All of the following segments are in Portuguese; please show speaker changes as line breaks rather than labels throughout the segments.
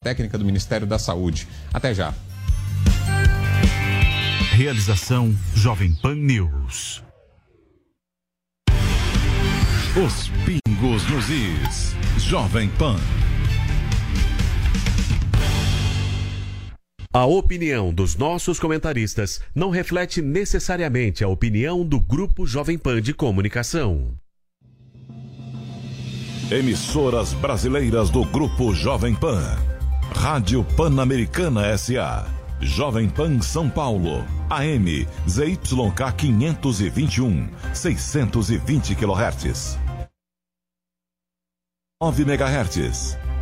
técnica do Ministério da Saúde. Até já.
Realização Jovem Pan News.
Os pingos nos is. Jovem Pan.
A opinião dos nossos comentaristas não reflete necessariamente a opinião do Grupo Jovem Pan de Comunicação.
Emissoras brasileiras do Grupo Jovem Pan. Rádio Pan-Americana S.A. Jovem Pan São Paulo. AM ZYK 521, 620 kHz. 9 MHz.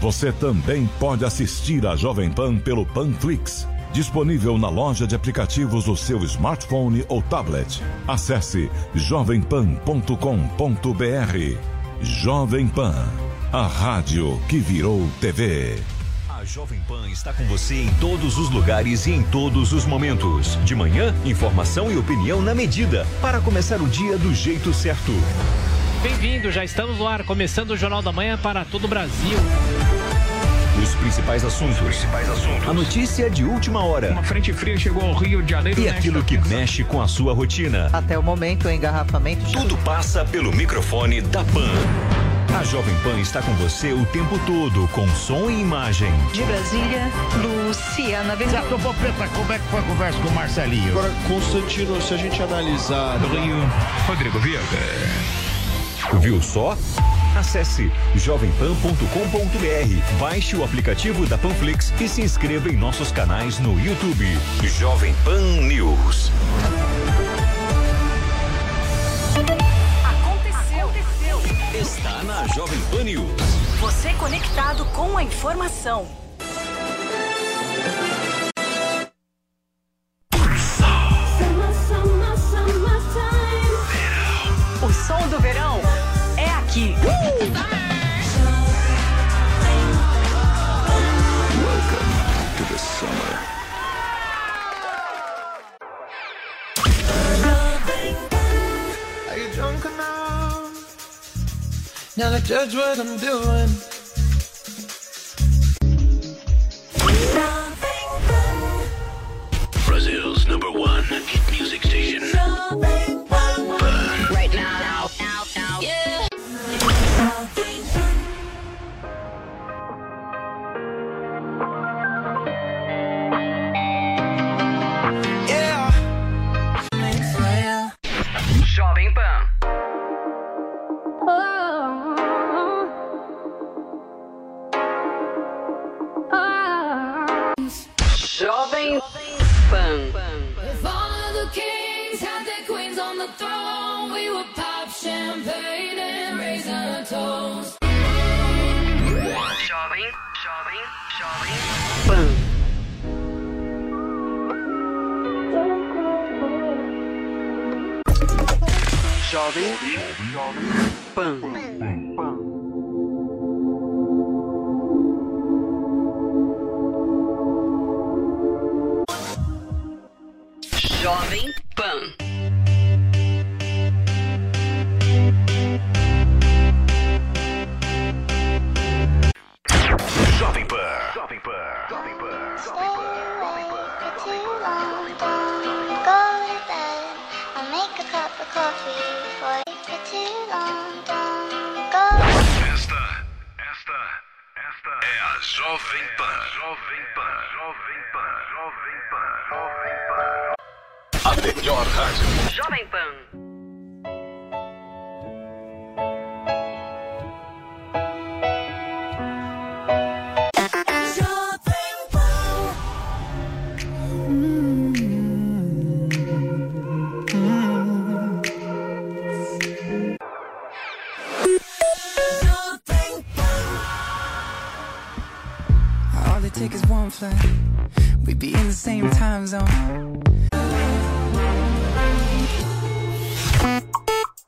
Você também pode assistir a Jovem Pan pelo Panflix, disponível na loja de aplicativos do seu smartphone ou tablet. Acesse jovempan.com.br. Jovem Pan, a rádio que virou TV.
A Jovem Pan está com você em todos os lugares e em todos os momentos. De manhã, informação e opinião na medida, para começar o dia do jeito certo.
Bem-vindo, já estamos no ar, começando o Jornal da Manhã para todo o Brasil.
Os principais assuntos. principais assuntos. A notícia de última hora.
Uma frente fria chegou ao Rio de Janeiro. né?
E aquilo que mexe com a sua rotina.
Até o momento, o engarrafamento.
Tudo passa pelo microfone da PAN. A Jovem Pan está com você o tempo todo, com som e imagem.
De Brasília, Luciana Bezerra.
Certo, Popeta, como é que foi a conversa com o Marcelinho?
Agora, Constantino, se a gente analisar...
Do Rio, Rodrigo Vieira.
Viu só? Acesse jovempan.com.br, baixe o aplicativo da Panflix e se inscreva em nossos canais no YouTube. Jovem Pan News. está na Jovem Pan News.
Você conectado com a informação. O som do verão é aqui. Welcome to the summer. Now I judge what I'm doing.
Brazil's number one hit music station. Right now, now, now, yeah.
yeah. Jovem Pan. Jovem Pan. If all of the kings had their queens on the throne, we would pop champagne and raise a toast. Jovem, jovem, jovem Pan. Jovem, jovem Pan. Pan. Pan. Jovem Pan.
Jovem Pan. Jovem Pan. Jovem Pan. Jovem Pan. Jovem Pan. Jovem
Pan. Esta, esta, esta é a Jovem Pan. Jovem Pan. Jovem Pan. Jovem Pan. Jovem Pan. Jovem Pan. A melhor rádio. Jovem Pan.
Jovem Pan. Hum, hum. Jovem Pan. All they take is one flight.
We'd be in the same time zone.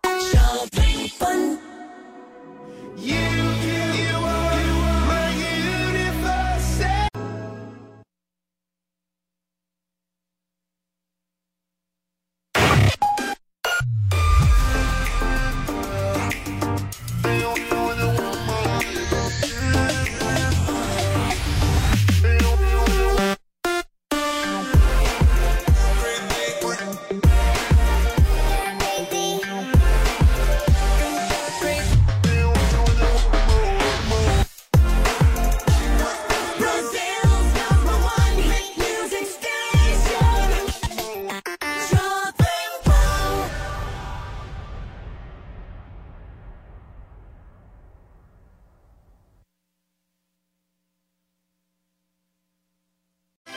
Jovem Pan. You, you, you are, you are my universe.
Brazil's number one hit music station. Jovem Pan.